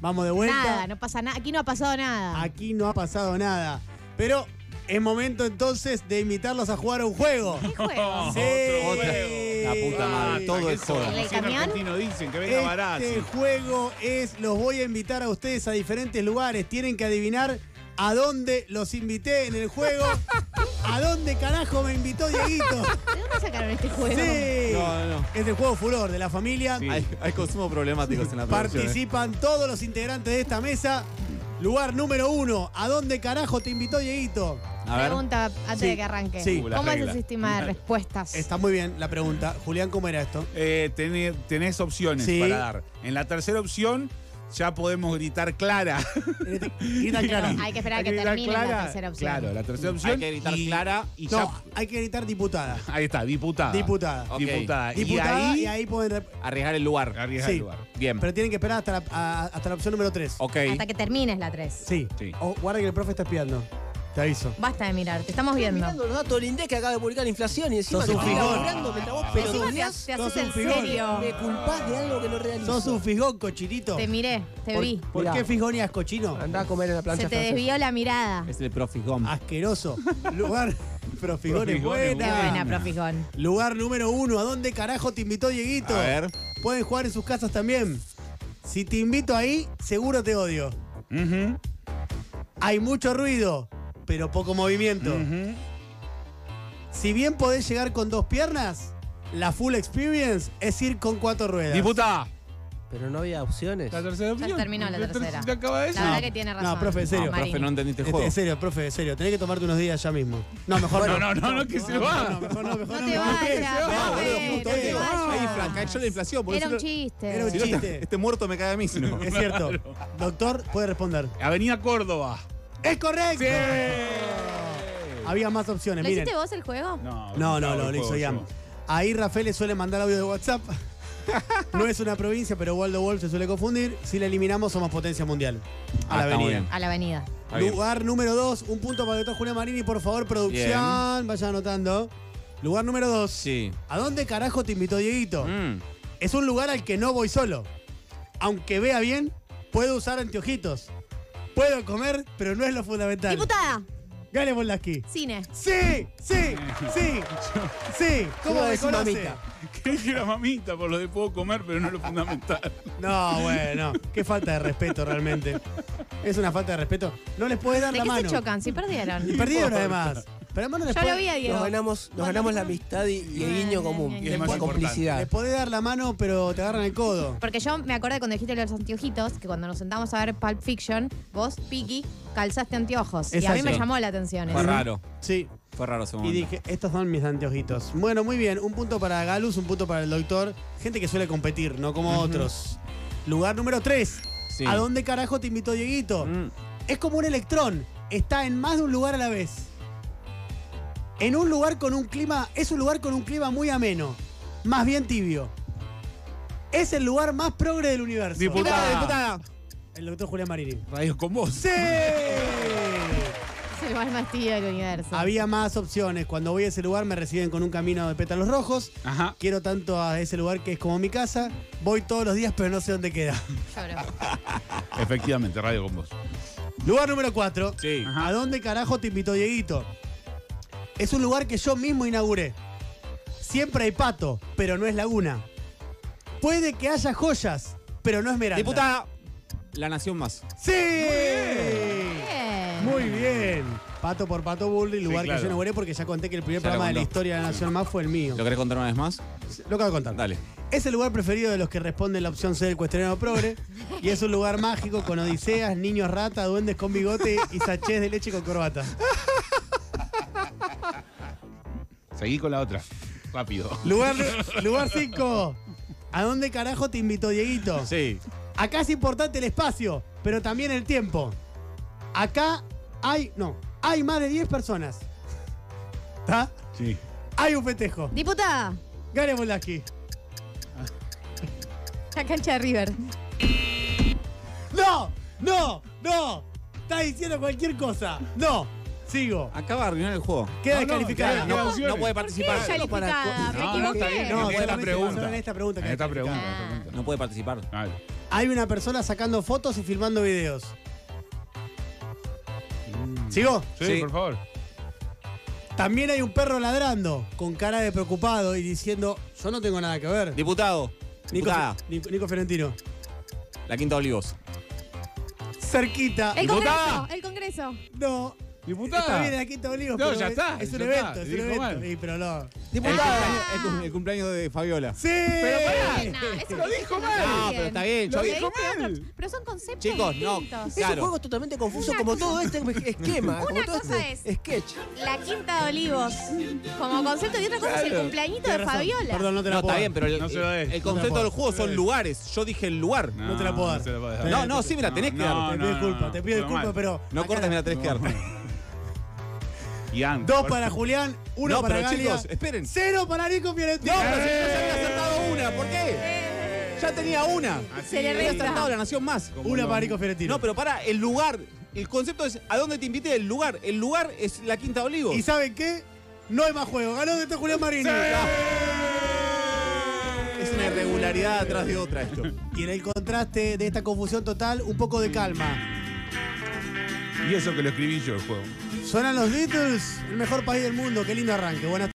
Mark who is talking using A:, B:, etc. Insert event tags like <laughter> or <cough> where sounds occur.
A: Vamos de vuelta.
B: Nada, no pasa nada. Aquí no ha pasado nada.
A: Aquí no ha pasado nada. Pero es momento entonces de invitarlos a jugar a un
C: <laughs>
A: juego.
B: ¿Qué juego?
A: Sí.
D: Otra.
C: La puta madre,
A: Ay,
C: todo
D: que
C: es
D: eso,
C: joda.
B: ¿El
D: recién
B: camión?
D: argentino dicen que venga barato.
A: Este juego es, los voy a invitar a ustedes a diferentes lugares. Tienen que adivinar a dónde los invité en el
B: <laughs>
A: juego. ¿A dónde carajo me invitó Dieguito?
B: ¿De dónde sacaron este juego?
A: Sí.
C: No, no, no.
A: Es el juego furor de la familia.
D: Sí.
C: Hay, hay consumos problemáticos en la producción. eh.
A: Participan todos los integrantes de esta mesa. Lugar número uno. ¿A dónde carajo te invitó Dieguito?
C: A ver.
B: Pregunta antes
A: Sí,
B: de que arranque.
A: sí.
D: Uh, la
B: ¿Cómo es el
D: regla.
B: sistema de respuestas?
A: Está muy bien la pregunta. Julián, ¿cómo era esto?
D: Eh, tené- tenés opciones
A: Sí.
D: para dar. En la tercera opción ya podemos gritar Clara.
A: Grita Clara.
B: Hay que esperar a que
D: <laughs> gritar
B: termine la tercera opción.
D: Claro, la tercera opción.
C: Hay que gritar
D: y-
C: Clara.
D: y
A: No,
D: ya-
A: hay que gritar diputada.
D: ahí está, diputada.
A: Diputada.
C: Ok.
D: Diputada.
A: Diputada
D: y ahí.
A: pueden. rep-
C: Arriesgar el lugar.
D: Arriesga
A: Sí.
D: el lugar.
C: Bien.
A: Pero tienen que esperar hasta la, a- hasta la opción número 3.
C: Ok.
B: Hasta que termines la 3.
A: Sí.
D: Sí.
A: O guarda que el profe está espiando. Te aviso.
B: Basta de mirar, te estamos viendo.
E: Mirando los datos del INDEC que acaba de publicar la inflación y encima
A: Sos
E: te
A: un
E: estoy
A: figón.
E: laburando mientras vos
B: Encima te,
E: pelotudeás,
B: te
A: sos
B: haces
A: un
B: en
A: figón.
B: serio.
E: me culpás de algo que no realizo.
A: Sos un fijón, cochinito.
B: Te miré, te
A: ¿Por,
B: vi.
A: ¿Por
E: Mirá.
A: qué fijoneas, cochino?
E: Andá a comer en la plancha
B: Se te
E: francesa.
B: desvió la mirada.
C: Es el profi Gom.
A: Asqueroso. Lugar. Pero fijón es
D: Profijón es
B: Qué
A: buena.
B: buena, profijón.
A: Lugar número uno. ¿A dónde carajo te invitó Dieguito?
C: A ver.
A: Pueden jugar en sus casas también. Si te invito ahí, seguro te odio.
D: Ujú,
A: Hay mucho ruido, pero poco movimiento.
D: ujú.
A: Si bien podés llegar con dos piernas, la full experience es ir con cuatro ruedas.
D: Diputada.
E: Pero no había opciones.
D: La tercera
B: Ya
D: opción.
B: terminó la tercera.
D: ¿Te acaba de
B: La
D: decir?
B: verdad que tiene razón.
A: profe, en serio,
B: Marín.
C: Profe, no entendiste el
A: Este,
C: juego.
A: en serio, profe, en serio. Tenés que tomarte unos días ya mismo. No, mejor
D: No,
A: no.
D: no, no, no, que se
A: No,
D: va.
A: mejor no, mejor
B: No te vayas,
A: No,
B: profe,
A: boludo,
B: no
A: puto
B: te
A: odio.
B: vayas.
C: Ahí, Fran, cayó la inflación. porque
B: Era
C: si
B: un
C: no-
B: chiste.
A: Era un
C: si no,
A: chiste.
C: este- Este muerto me cae a mí,
D: <laughs>
C: si no.
A: Es <laughs> cierto. Doctor, puede responder.
D: Avenida Córdoba.
A: ¡Es correcto!
D: Sí.
A: Había más opciones,
B: ¿Lo
A: miren.
B: hiciste vos el juego?
A: No,
D: No,
A: no,
D: Gustavo,
A: no,
D: el
A: lo hizo
D: juego
A: Ian.
D: yo.
A: Ahí Rafael le suele mandar audio de WhatsApp. <laughs> No es una provincia, pero Waldo Wolf se suele confundir. Si la eliminamos, somos potencia mundial. A la
C: Ah, está muy
A: avenida.
C: bien.
B: A la avenida.
C: Está bien.
A: Lugar número 2, un punto para el doctor Julián Marini, por favor, producción. Vaya anotando. Lugar número 2.
C: Sí.
A: ¿A dónde carajo te invitó Dieguito?
C: Mm.
A: Es un lugar al que no voy solo. Aunque vea bien, puedo usar anteojitos. Puedo comer, pero no es lo fundamental.
B: Diputada,
A: Gane Bolaski.
B: cine.
A: Sí, sí, sí, sí. ¿Cómo
E: Yo voy a
A: me
E: decir
A: conoce?
E: mamita.
D: Creí que era mamita por lo de puedo comer, pero no lo fundamental.
A: No, bueno, qué falta de respeto realmente. Es una falta de respeto. No les puedes dar
B: ¿De
A: la
B: qué
A: mano.
B: se chocan? Si perdieron.
A: Y perdieron además. Pero además no les
B: Yo lo
A: podés-
B: vi a Diego.
E: Nos ganamos, nos ganamos la amistad y, y el guiño común.
B: Y
D: es
E: la
D: más importante.
A: Les
E: complicidad.
A: podés dar la mano, pero te agarran el codo.
B: Porque yo me acordé cuando dijiste lo de los anteojitos, que cuando nos sentamos a ver Pulp Fiction, vos, Piki, calzaste anteojos. Y a mí
A: Exacto.
B: me llamó la atención
C: Fue
B: eso. <laughs>
C: raro.
A: Sí.
C: Fue raro ese
A: Y
C: momento.
A: dije, estos son mis anteojitos. Bueno, muy bien. Un punto para Galus, un punto para el doctor. Gente que suele competir, no como otros. Lugar número 3.
C: Sí.
A: ¿A dónde carajo te invitó Dieguito?
C: Mm.
A: Es como un electrón. Está en más de un lugar a la vez. En un lugar con un clima. Es un lugar con un clima muy ameno. Más bien tibio. Es el lugar más progre del universo.
D: Diputada.
A: diputada. El doctor Julián Marini.
D: Radios con vos.
A: ¡Sí!
B: Es el más más tío del universo.
A: Había más opciones. Cuando voy a ese lugar me reciben con un camino de pétalos rojos.
D: Ajá.
A: Quiero tanto a ese lugar que es como mi casa. Voy todos los días, pero no sé dónde queda.
B: Lloro.
A: Ah.
D: Efectivamente, radio con vos.
A: Lugar número 4.
C: Sí.
A: ¿A dónde carajo te invitó Dieguito? Es un lugar que yo mismo inauguré. Siempre hay pato, pero no es laguna. Puede que haya joyas, pero no es meranda.
C: Diputada. La nación más.
A: ¡Sí!
B: Bien.
A: Muy bien. Pato por Pato Bully, lugar
D: claro.
A: que yo inauguré porque ya conté que el primer
C: Ya lo
A: programa de la
C: contó.
A: historia de la Nación Más fue el mío.
C: ¿Lo querés contar una vez más?
A: Lo acabo de contar.
C: Dale.
A: Es el lugar preferido de los que responden la opción C del cuestionario progre. Y es un lugar mágico con odiseas, niños rata, duendes con bigote y sachés de leche con corbata.
D: Seguí con la otra. Rápido.
A: Lugar 5. ¿A dónde carajo te invitó Dieguito?
C: Sí.
A: Acá es importante el espacio, pero también el tiempo. Acá hay. No, hay más de 10 personas. ¿Está?
D: Sí.
A: Hay un festejo.
B: Diputada,
A: Gane Bolaski.
B: la cancha de River.
A: ¡No! ¡No! ¡No! Está diciendo cualquier cosa. ¡No! Sigo.
C: Acaba de arruinar el juego.
A: Queda
D: No, no,
A: descalificada.
D: queda-
A: No,
C: No, no puede
B: ¿Por qué
C: participar.
B: calificada? Me
D: No, no, está bien,
B: equivoqué.
D: no,
A: solamente
D: esta
A: solo
D: pregunta.
A: en esta pregunta
D: En
A: que
D: esta
A: hay que
D: pregunta.
B: explicar.
D: esta pregunta.
C: No puede participar.
D: Dale.
A: hay una persona sacando fotos y filmando videos.
D: Mm.
A: ¿Sigo?
D: Sí,
C: Sí.
D: por favor.
A: También hay un perro ladrando con cara de preocupado y diciendo, yo no tengo nada que ver.
C: Diputado.
A: Nico,
C: Diputada.
A: Nico- Nico Fiorentino.
C: La Quinta Olivos.
A: Cerquita.
B: El
D: Diputada.
B: Congreso, el Congreso.
A: No.
D: Diputada.
A: Está bien, aquí está Olivos.
D: No,
A: pero
D: ya
A: es-
D: está,
A: Es un
D: ya
A: evento,
D: está,
A: es un
D: dijo
A: evento.
D: mal.
A: Sí, pero no.
B: Ah,
E: Diputada.
D: Ah,
C: El, cumplea- el cumpleaños de Fabiola.
A: ¡Sí!
D: pará.
B: No, eso
D: Lo
B: que
D: dijo
B: dicen no
D: mal.
B: está
D: No,
C: pero está
B: Lo
C: bien, yo-
B: que
D: dijo
B: dice
D: mal.
B: otro- Pero son conceptos
C: Chicos, no,
B: distintos.
E: Ese
C: Claro.
E: juego es totalmente confuso,
B: Una
E: como
B: cosa-
E: todo este <laughs> esquema,
B: Una
E: como todo
B: cosa
E: este sketch.
B: La Quinta de Olivos como concepto y otra cosa es el
D: Claro.
B: cumpleañito de
A: Tenés razón.
B: Fabiola.
A: Perdón, no te la
C: No,
A: puedo
C: está
A: dar.
C: bien, pero el,
D: No se lo des.
C: el
D: No te
A: la
C: concepto
A: puedo
C: del juego
D: No se
C: son
D: la
C: lugares. Yo dije el lugar. No,
A: No te la puedo dar.
D: No, se la puedo
A: Eh,
D: dejar.
C: no, sí me la tenés que
A: Te
C: dar.
A: pido disculpas, te pido
D: no,
A: disculpas,
D: mal.
A: pero.
C: No
A: acá-
C: cortes, me la tenés que <laughs> dar.
D: Ian,
A: Dos
D: por-
A: para Julián, uno
C: No,
A: para
C: pero
A: Galia.
C: chicos, esperen.
A: Cero para Nico
C: No,
A: Fiorentino.
C: pero si yo ya había acertado una, ¿por qué? Ya tenía una.
D: Así
B: Se le
D: es.
C: Había
B: resta.
C: acertado la nación más.
D: Como
A: Una
D: lo-
A: para Nico Fiorentino.
C: No, pero para, el lugar. El concepto es a dónde te invité el lugar. El lugar es la Quinta Olivos.
A: ¿Y saben qué? No hay más juego. Ganó de este Julián Marini.
C: Es una irregularidad atrás de otra esto.
A: Y en el contraste de esta confusión total, un poco de calma.
D: Y eso que lo escribí yo el juego.
A: Suenan los Beatles, el mejor país del mundo. Qué lindo arranque. Buenas